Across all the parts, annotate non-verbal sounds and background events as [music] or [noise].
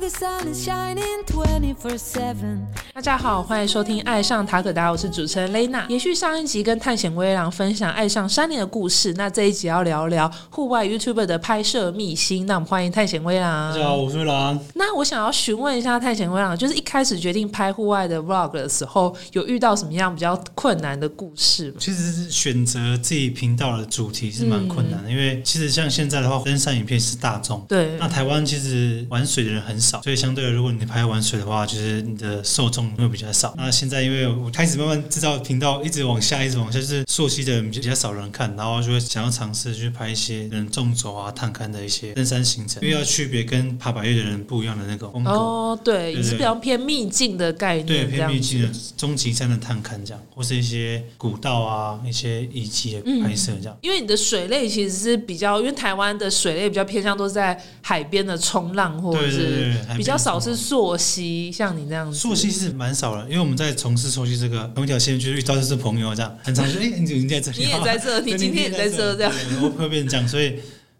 the sun is shining 24 7. 大家好，欢迎收听《爱上塔可达》，我是主持人 Lena。延续上一集跟探险灰狼分享爱上山林的故事，那这一集要聊聊户外 YouTuber 的拍摄秘辛。那我们欢迎探险灰大家好，狼。我是狼。那我想要询问一下探险灰狼，就是一开始决定拍户外的 Vlog 的时候，有遇到什么样比较困难的故事吗？其实是选择自己频道的主题是蛮困难的，因为其实像现在的话，登山影片是大众。对那，台湾其实玩水的人很少，所以相对的，如果你拍玩水的话，就是你的受众会比较少。那现在因为我开始慢慢知道频道一直往下，一直往下，就是溯溪的人比较少人看，然后就会想要尝试去拍一些人纵走啊、探勘的一些登山行程，因为要区别跟爬百越的人不一样的那个风格。哦，对，对也是比较偏秘境的概对，念，这偏样僻子。性的终极山的探勘这样，或是一些古道啊、一些遗迹的嗯拍摄这样。因为你的水类其实是比较，因为台湾的水类比较偏向都是在海边的冲浪，或者对对对对是海边比较少是溯溪，像你那样子。溯溪是蛮少了，因为我们在从事溯溪这个同一条线，就是遇到就是朋友这样，很常说：“哎、你怎么在这里、你啊？” [laughs] 也在这，对，你今天也在这，这样。对我会变成这样，所以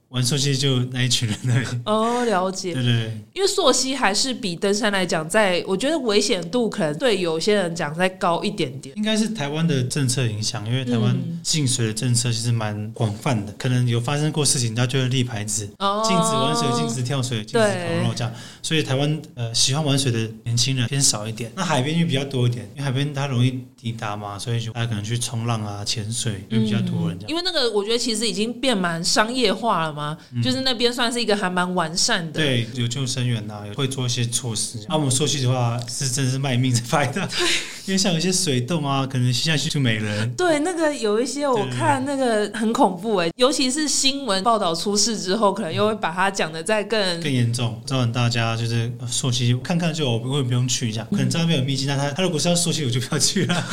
玩溯溪就那一群人而已。哦，了对解。对对，因为溯溪还是比登山来讲，在我觉得危险度可能对有些人讲再高一点点。应该是台湾的政策影响，因为台湾嗯禁水的政策其实蛮广泛的，可能有发生过事情，它就会立牌子，哦，禁止玩水、禁止跳水、禁止对烤肉这样。所以台湾呃喜欢玩水的年轻人偏少一点，那海边就比较多一点，因为海边它容易抵达嘛，所以就大家可能去冲浪啊、潜水就比较多人这样。因为那个我觉得其实已经变蛮商业化了嘛，嗯就是那边算是一个还蛮完善的。对，有救生员啊呐、有会做一些措施。啊，我们说句实话，是真是卖命在拍 [laughs] 的，因为像有些水洞啊，可能吸下去就没人。对，那个有一些我对看那个很恐怖哎、尤其是新闻报道出事之后，可能又会把它讲的再更更严重，招揽大家就是呃溯溪看看就好，我也不用去这样。可能在那边有秘境，但他他如果是要溯溪，我就不要 [laughs] 去了，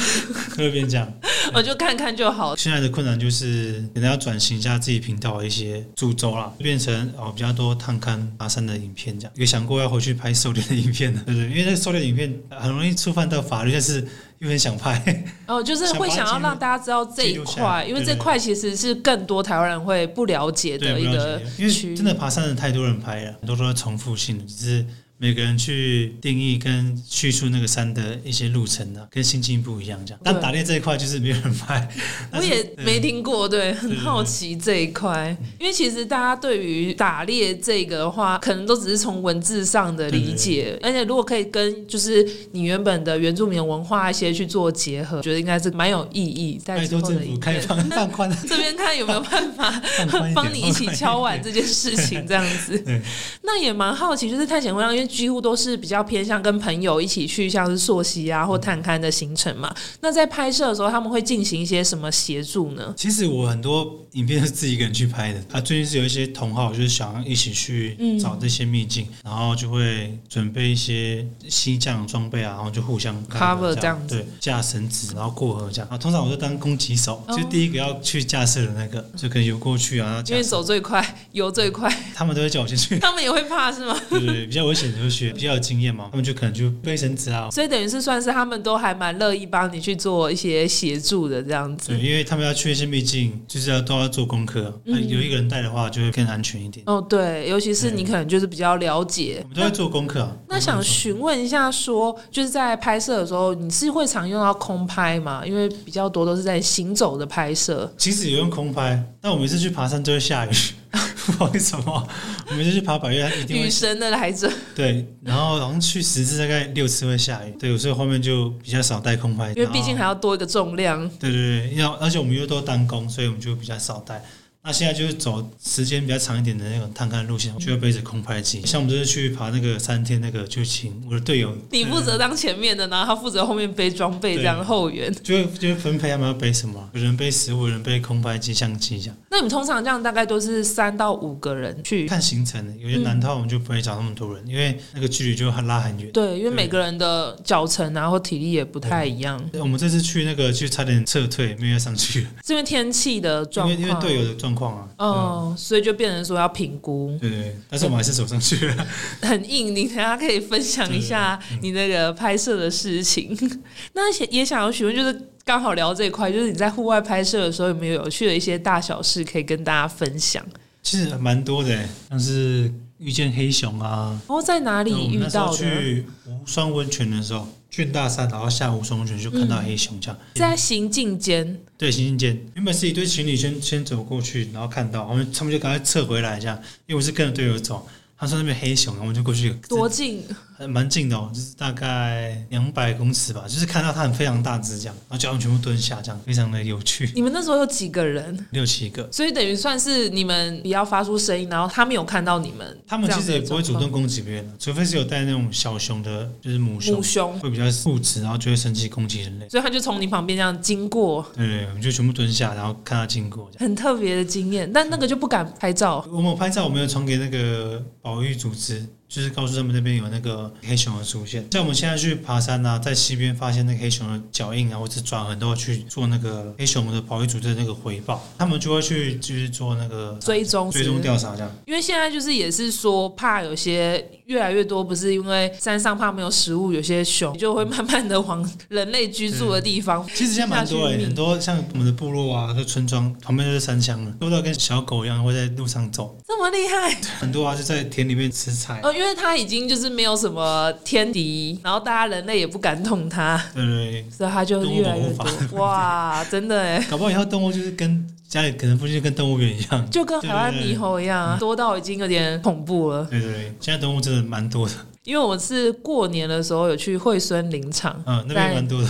会变这样。 [laughs] 我就看看就好。现在的困难就是可能要转型一下自己频道的一些主轴啦，变成哦比较多探勘爬山的影片这样。有想过要回去拍狩猎的影片呢？ [laughs] 对对，因为那狩猎影片呃很容易触犯到法律，但是又很想拍。哦，就是会想要让大家知道这一想把它块，记录因为这块其实是更多台湾人会不了解对，的不一了个解，呃因区为 [laughs] 域真的爬山的太多人拍了，很多都是重复性的，只是每个人去定义跟叙述那个山的一些路程啊，跟心境不一样这样。但对打猎这一块就是没有人 [laughs] 拍，我也嗯没听过，对，很好奇这一块，因为其实大家对于打猎这个的话，可能都只是从文字上的理嗯解，而且如果可以跟就是你原本的原住民文化一些去做结合，觉得应该是蛮有意义。在拜之托后政的 [laughs] 府一开天，放放宽。 [laughs] 这边看有没有办法 [laughs] 放宽一点帮你一起敲碗这件事情，这样子对。 [laughs] 那也蛮好奇，就是探险会让，因为几乎都是比较偏向跟朋友一起去，像是溯溪啊或探勘的行程嘛。那在拍摄的时候，他们会进行一些什么协助呢？其实我很多影片是自己一个人去拍的啊。最近是有一些同好，就是想要一起去嗯找这些秘境，然后就会准备一些西匠装备啊，然后就互相 Cover 这样子对，架绳子，然后过河这样。啊，通常我就当攻击手，哦就第一个要去架设的那个，就可能游过去啊。然后因架为设走最快， [laughs] 游最快，他们都会叫我先去， [laughs] 他们也会怕是吗？对对对，比较危险的就去，比较有经验嘛，他们就可能就背绳子啊。所以等于是算是他们都还蛮乐意帮你去做一些协助的这样子对，。因为他们要去一些秘境，就是要都要做功课啊。嗯那有一个人带的话，就会更安全一点。哦，对，尤其是你可能就是比较了解我。们都会做功课啊。那想询问一下说就是在拍摄的时候，你是会常用到空拍吗？因为比较多都是在行走的拍摄。其实有用空拍，但我每次去爬山都会下雨， [laughs] 不知道为什么。我每次去爬百岳，它一定雨会神的来 [laughs] 着，对，然后好像去十次大概六次会下雨，对，所以后面就比较少带空拍，因为毕竟然后还要多一个重量。对对对，要而且我们又都单攻，所以我们就比较少带。那现在就是走时间比较长一点的那种探勘路线，就会背着空拍机。像我们这次去爬那个三天那个，就请我的队友， [laughs] 你负责当前面的，然后他负责后面背装备这样对后援。就会就会分配他们要背什么，有人背食物，有人背空拍机、相机这样。那你们通常这样大概都是三到五个人去看行程的，有些嗯难的话我们就不会找那么多人，因为那个距离就很拉很远。对，因为对每个人的脚程啊或体力也不太一样，我们这次去那个就差点撤退，没有要上去了，这边天气的因状为况，因为队友的状况啊。嗯，嗯，所以就变成说要评估，对对，但是我们还是走上去 [laughs] 了。很硬。你等一下可以分享一下嗯你那个拍摄的事情。 [laughs] 那也也想要询问，就是刚好聊这一块，就是你在户外拍摄的时候有没有有趣的一些大小事可以跟大家分享？其实蛮多的，像是因遇见黑熊啊。哦，在哪那我里们遇那时到候的？去无双温泉的时候，去大山，然后下无双温泉就看到黑熊这样。在行进间，对，行进间原本是一对情侣先先走过去，然后看到，我们他们就赶快撤回来一下，因为我是跟着队友走。他说那边黑熊，然后我们就过去，多近？还蛮近的哦，就是大概两百公尺吧，就是看到它很非常大只这样，然后叫他们全部蹲下这样，非常的有趣。 [laughs] 你们那时候有几个人？六七个，所以等于算是你们不要发出声音，然后他们有看到你们这他样的状们其况。实也不会主动攻击别人，啊除非是有带那种小熊的，就是母熊，母熊，会比较固执，然后就会生气攻击人类。所以他就从你旁边这样经过，对对，对我们就全部蹲下，然后看它经过这样。很特别的经验。但那个就不敢拍照，我们有拍照，我们有传给那个保育组织，就是告诉他们那边有那个黑熊的出现。像我们现在去爬山啊，在西边发现那个黑熊的脚印啊，或者爪痕，都要去做那个黑熊的保育组织的那个回报，他们就会去就是做那个追踪追是踪不是调查这样。因为现在就是也是说，怕有些越来越多，不是因为山上怕没有食物，有些熊就会慢慢的往人类居住的地方。其实现在蛮多下的，去很多像我们的部落啊，就村庄旁边就是山乡了，多到跟小狗一样会在路上走，这么厉害，很多啊就在田里面吃菜。呃，因为它已经就是没有什么天敌，然后大家人类也不敢动它，对对对，所以它就越来越多动物保护。哇，真的哎，搞不好以后动物就是跟家里可能附近就跟动物园一样。就跟海湾猕猴一样啊，多到已经有点恐怖了。对对对，现在动物真的蛮多的，因为我是过年的时候有去惠孙林场，嗯，那边蛮多的。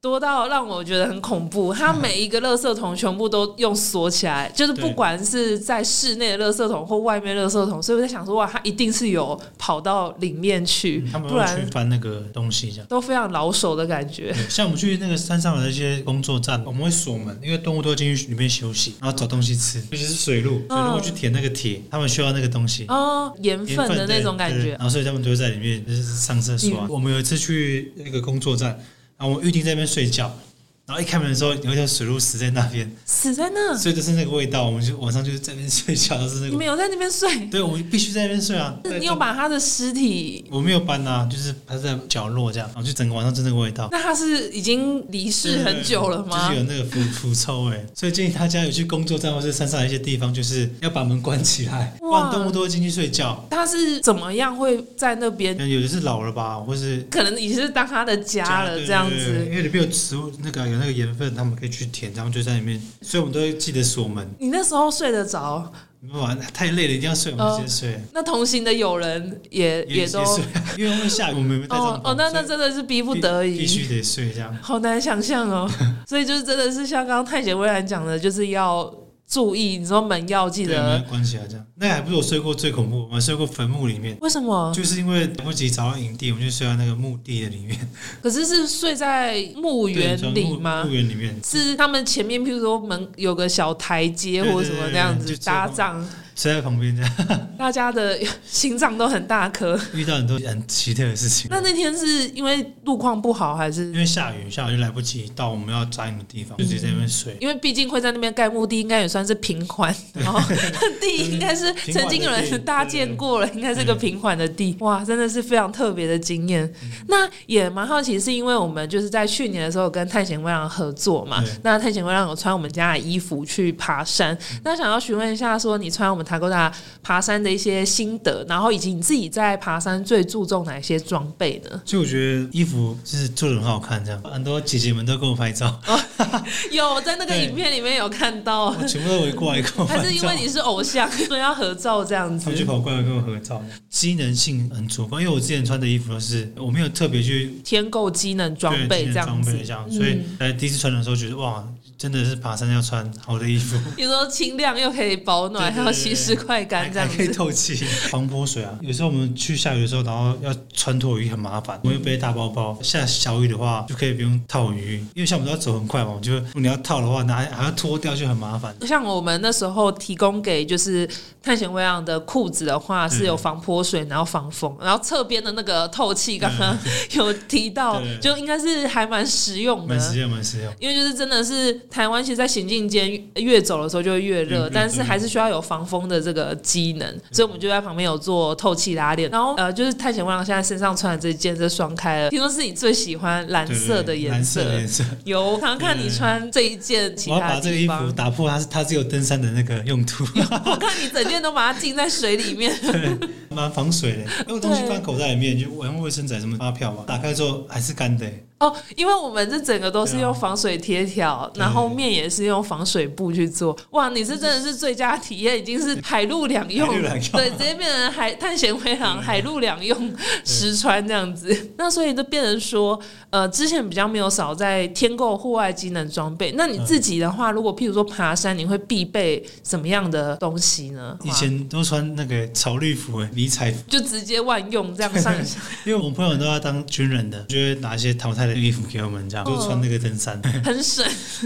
多到让我觉得很恐怖。它每一个垃圾桶全部都用锁起来， [laughs] 就是不对管是在室内的垃圾桶或外面的垃圾桶，所以我在想说，哇，它一定是有跑到里面去，他们不会去然翻那个东西，这样。都非常老手的感觉。对像我们去那个山上的那些工作站，我们会锁门，因为动物都会进去里面休息，然后找东西吃，尤其是水路，水嗯路会去填那个铁，他们需要那个东西。哦，盐盐分的那对种感对觉嗯然，后所以他们都会在里面就是上厕所啊、我们有一次去那个工作站，然后我们预定在那边睡觉，然后一开门的时候有一条水路死在那边，死在那。所以就是那个味道，我们就晚上就是在那边睡觉，都是那你们个，有在那边睡？对，我们必须在那边睡啊。你有把它的尸体？我没有搬啊，就是它在角落这样，然后就整个晚上就那个味道。那它是已经离世很久了吗就？是有那个腐腐臭哎、所以建议大家有去工作站或是山上的一些地方，就是要把门关起来，不哇然动物都会进去睡觉。它是怎么样会在那边？有的是老了吧，或是可能也是当它的家了对这样对对对子。因为里面有植物，那个有那个盐分，他们可以去填，然后就在里面，所以我们都会记得锁门。你那时候睡得着？没办法，太累了，一定要睡，我们直接睡。那同行的友人哦也也都睡，因为会下雨，我们没带帐哦篷。哦，那那所以真的是逼不得必必须已，得睡这样。好难想象 [laughs] 哦。所以就是真的是像刚刚太姐薇兰讲的，就是要注意，你说门要记对，门得要关起来这样。那还不是我睡过最恐怖，我们睡过坟墓里面，为什么？就是因为来不及找到营地，我们就睡在那个墓地的里面。可是是睡在墓园里吗墓？园里面，是他们前面，譬如说门有个小台阶对或者什么那样对对子对就搭帐，睡在旁边这样，大家的心脏都很大颗。遇到很多很奇特的事情。那那天是因为路况不好，还是因为下雨，下雨就来不及到我们要扎营的地方，就直接在那边睡。因为毕竟会在那边盖墓地，应该也算是平缓，然后地应该是曾经有人搭建过了，应该是个平缓的地。哇，真的是非常特别的经验。那也蛮好奇，是因为我们就是在去年的时候有跟探险龟浪合作嘛对，那探险龟浪有穿我们家的衣服去爬山，那想要询问一下，说你穿我们塔沟达爬山的一些心得，然后以及你自己在爬山最注重哪一些装备呢？所以我觉得衣服就是做的很好看，这样很多姐姐们都跟我拍 [laughs] 照，有在那个对影片里面有看到。我哦全部都围过来跟我 [laughs] 拍还照。是因为你是偶像， [laughs] 所以要合照这样子。他们就跑过来跟我合照，机能性很足够。因为我之前穿的衣服都是我没有特别去添购机能装对备机这样能装子嗯备。这样，所以在第一次穿的时候觉得哇，真的是爬山要穿好的衣服，你说轻量又可以保暖，对对还对有吸湿快干这还样还可以子。透气，防泼水啊。有时候我们去下雨的时候，然后要穿拖雨很麻烦，我们会背大包包。下小雨的话，就可以不用套雨衣，因为像我们都要走很快嘛，我就如果你要套的话，拿还要脱掉就很麻烦。像我们那时候提供给就是探险微昂的裤子的话，是有防泼水，然后防风，然后侧边的那个透气，刚刚 [laughs] 有提到对，就应该是还蛮实用的啊蛮。实用，蛮实用。因为就是真的是台湾其实，在行进间呃越走的时候就会越越热热，但是还是需要有防风的这个机能，所以我们就在旁边有做透气拉链。然后呃，就是探险汪洋现在身上穿的这件这双开了，听说是你最喜欢蓝对对色的对颜蓝色的颜色。有，我常看你穿这一件，其我要他把的这个地 [laughs] 衣方服，打破它，是它只有登山的那个用途， [laughs] 我看你整件都把它浸在水里面，蛮防水的。因为我东西对放口袋里面，就我用卫生纸什么发票嘛，打开之后还是干的、欸哦，因为我们这整个都是对啊用防水贴条，对然后面也是用防水布去做。哇，你是真的是最佳体验，已经 [laughs] 是海陆两用，海陆两用嗯对，直接变成海探险回廊海陆两用实穿这样子。那所以就变成说，呃，之前比较没有少在添购户外机能装备。那你嗯自己的话，如果譬如说爬山，你会必备什么样的东西呢？以前都穿那个草绿服、欸、迷彩服，就直接万用这样 [laughs] 上下。因为我们朋友都要当军人的，就会拿一些淘汰的衣服给我们，哦这样就穿那个登山， [laughs] 很省。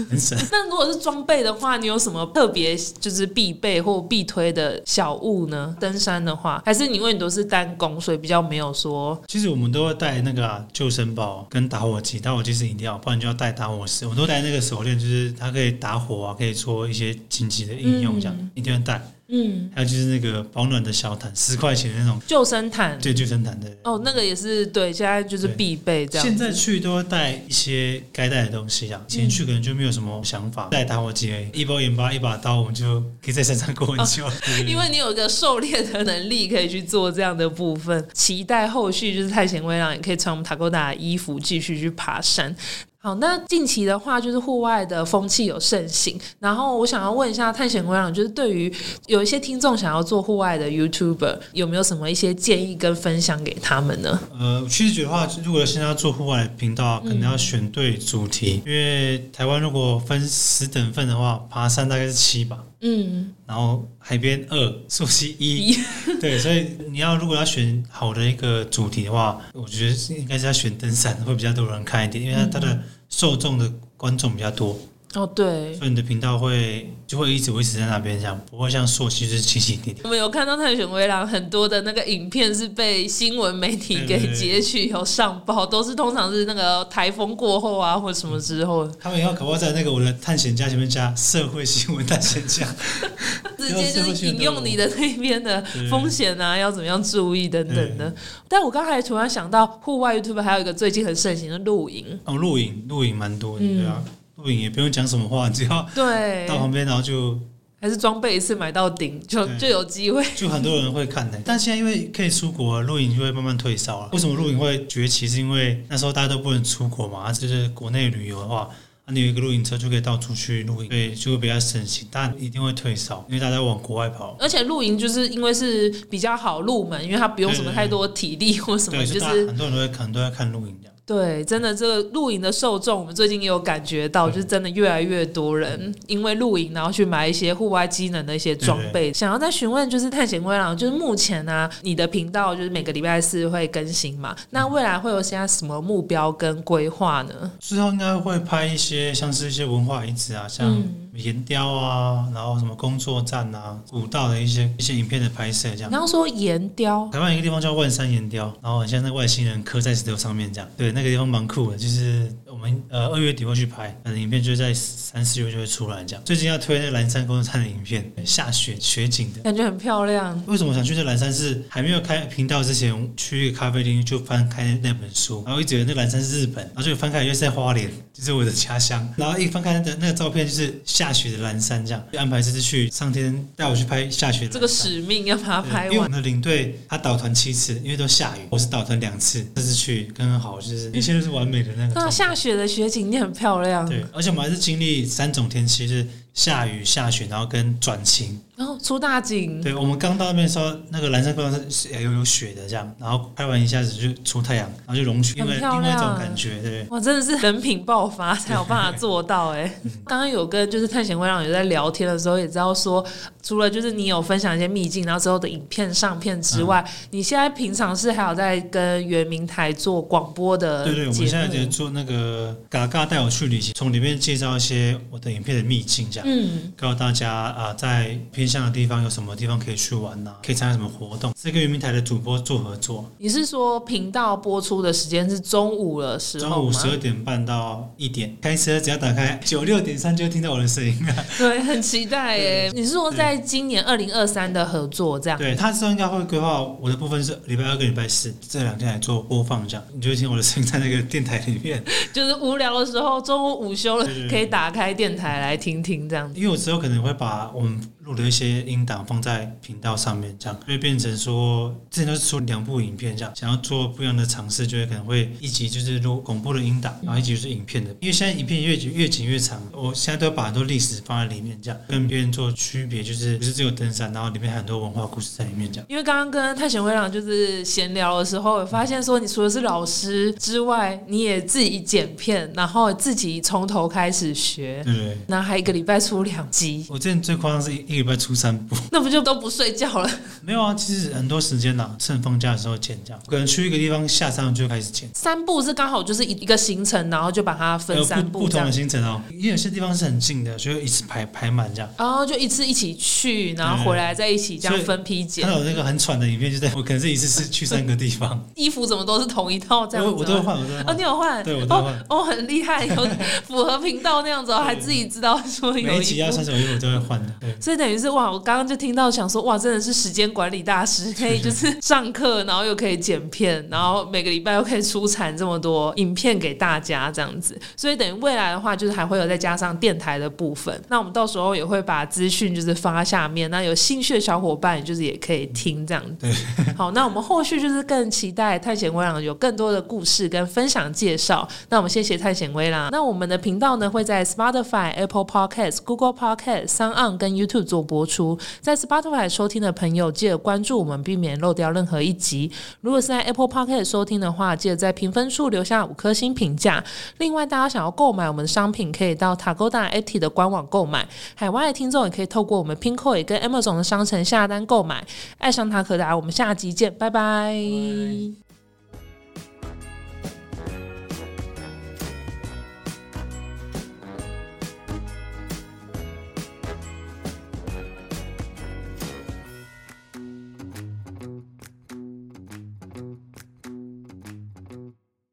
很省。那如果是装备的话，你有什么特别就是必备或必推的小物呢？登山的话，还是你因为你都是单攻，所以比较没有说其实我们都会带那个啊、救生包跟打火机，打火机是一定要，不然就要带打火石。我们都带那个手链，就是它可以打火啊，可以做一些紧急的应用，这样、一定要带。嗯还有就是那个保暖的小毯，十块钱那种，救生毯对救生毯的。哦，那个也是对，现在就是必备这样子。现在去都会带一些该带的东西啊，以前去可能就没有什么想法，带打火机而已，一包盐巴一把刀，我们就可以在山上过很久。对哦因为你有一个狩猎的能力，可以去做这样的部分。期待后续就是太贤微让也可以穿我们塔勾达的衣服继续去爬山。好，那近期的话，就是户外的风气有盛行。然后我想要问一下探险微朗，就是对于有一些听众想要做户外的 YouTuber，有没有什么一些建议跟分享给他们呢？呃，我其实觉得话，如果现在要做户外的频道啊，可能要选对主题，因为台湾如果分十等份的话，爬山大概是七吧，嗯，然后海边二，溯溪一一， [laughs] 对，所以你要如果要选好的一个主题的话，我觉得是应该是要选登山会比较多人看一点，因为它它的受众的观众比较多，哦，对。所以你的频道会就会一直维持在那边，这样不会像溯溪就是起起跌跌。我们有看到探险微狼很多的那个影片是被新闻媒体对对给对截取，有上报，都是通常是那个台风过后啊，或什么之后，他们以后搞不好在那个我的探险家前面加社会新闻探险家，直接就是引用你哦的那边的风险啊，要怎么样注意等等的。但我刚才突然想到，户外 YouTube 还有一个最近很盛行的露营，哦，露营露营蛮多的，对啊，露营也不用讲什么话，只要嗯对，到旁边，然后就还是装备一次买到顶，就对就有机会。就很多人会看的、但现在因为可以出国，露营就会慢慢退烧啊了。为什么露营会崛起？是因为那时候大家都不能出国嘛，啊就是国内旅游的话。啊、你有一个露营车就可以到处去露营，对，就会比较省心，但一定会退烧，因为大家往国外跑，而且露营就是因为是比较好入门，因为它不用什么对对对太多体力或什么，对，就就大家是很多人都会看，都在看露营这样。对，真的这个露营的受众，我们最近也有感觉到，就是真的越来越多嗯人因为露营，然后去买一些户外机能的一些装备。想要再询问，就是探险龟郎，就是目前呢、你的频道就是每个礼拜四会更新嘛？那未来会有现在什么目标跟规划呢？之后应该会拍一些像是一些文化遗址啊，像岩雕啊，然后什么工作站啊、古道的一些一些影片的拍摄这样你。刚刚说岩雕，台湾有一个地方叫万山岩雕，然后很像那个外星人刻在石头上面这样。对，那个地方蛮酷的，就是我们呃二月底会去拍，可能影片就在三四月就会出来这样。最近要推那个蓝山工作站的影片，下雪雪景的。感觉很漂亮。为什么想去这蓝山？是还没有开频道之前，去一个咖啡厅就翻开那本书，然后一直以为那蓝山是日本，然后就翻开又是在花莲，就是我的家乡。然后一翻开那个那个照片，就是下雪的蓝山这样。就安排这次去上天带我去拍下雪的蓝山这个使命要把它对拍因为我完，们的领队他导团七次，因为都下雨，我是导团两次，这次去刚刚好，就是一切都是完美的那个那状态。下雪的雪景也很漂亮。对，而且我们还是经历三种天气，就是下雨、下雪，然后跟转晴。然后出大景，对，我们刚到那边的时候，那个蓝山公园是哎有有雪的这样，然后拍完一下子就出太阳，然后就融雪，因为很另漂亮外一种感觉，对不哇，真的是人品爆发才有办法做到哎、嗯刚刚有跟就是探险会长有在聊天的时候，也知道说，除了就是你有分享一些秘境，然后之后的影片上片之嗯外，你现在平常是还有在跟圆明台做广播的对？对对，我们节现在在目。做那个嘎嘎带我去旅行，从里面介绍一些我的影片的秘境这样。嗯，告诉大家啊、在偏向的地方有什么地方可以去玩呐、可以参加什么活动，是跟圆明台的主播做合作。你是说频道播出的时间是中午的时中候午吗？十二点半到一点，开车只要打开九六点三就会听到我的声音了。 [laughs] 对，很期待耶！你是说在今年二零二三的合作这样？对，他之后应该会规划我的部分是礼拜二跟礼拜四这两天来做播放，这样你就会听我的声音在那个电台里面。 [laughs] 就是无聊的时候，中午午休了对对对可以打开电台来听听这样子。因为我之后可能会把我们录的一些音档放在频道上面，这样就会变成说，之前都是出两部影片这样，想要做不一样的尝试，就会可能会一集就是录恐怖的音档，然后一集就是影片的，因为现在影片越剪越剪越长，我现在都要把很多历史放在里面，这样跟别人做区别，就是不是只有登山，然后里面还有很多文化故事在里面这样。因为刚刚跟探险会长就是闲聊的时候，我发现说，你除了是老师之外，你也自己剪片，然后自己从头开始学，对不对，那还一个礼拜出两集，我之前最夸张是一一个礼拜出三部。那不就都不睡觉了？没有啊，其实很多时间呐、趁放假的时候剪这样，可能去一个地方下山就开始剪， [laughs] 三部是刚好就是一一个行程，然后就把它分有三不部不这同样的。行程哦，因为有些地方是很近的，所以一次排排满这样。然哦后就一次一起去，然后对回来再一起这样所以分批剪看。到有那个很喘的影片，就在我可能是一次是去三个地方，衣服怎么都是同一套 [laughs] 这样我子吗？我都会换，我都会哦，换你。有换？对我都有换哦，哦，很厉 [laughs] 害，有符合频道那样子哦，还自己知道说有每一集要部穿什么衣服我都会换的，对，所以等于是哇，我刚刚就听到想说哇，真的是时间管理大师，可以就是 [laughs] 上课，然后又可以剪片，然后每个礼拜又可以出产这么多影片给大家这样子。所以等于未来的话，就是还会有再加上电台的部分。那我们到时候也会把资讯就是放在下面，那有兴趣的小伙伴就是也可以听这样子。好，那我们后续就是更期待探险灰狼有更多的故事跟分享介绍。那我们谢谢探险灰狼。那我们的频道呢会在 Spotify、Apple Podcast、Google Podcast、s o n On 跟 YouTube 做播出。在 Spotify 收听的朋友，记得关注我们，避免漏掉任何一集。如果是在 Apple Podcast 收听的话，记得在评分处留下五颗星评价。另外，大家想要购买我们的商品，可以到 Tagoda AT 的官网购买。海外的听众也可以透过我们 Pinko 也跟 Amazon 的商城下单购买。爱上塔可达，我们下集见，拜拜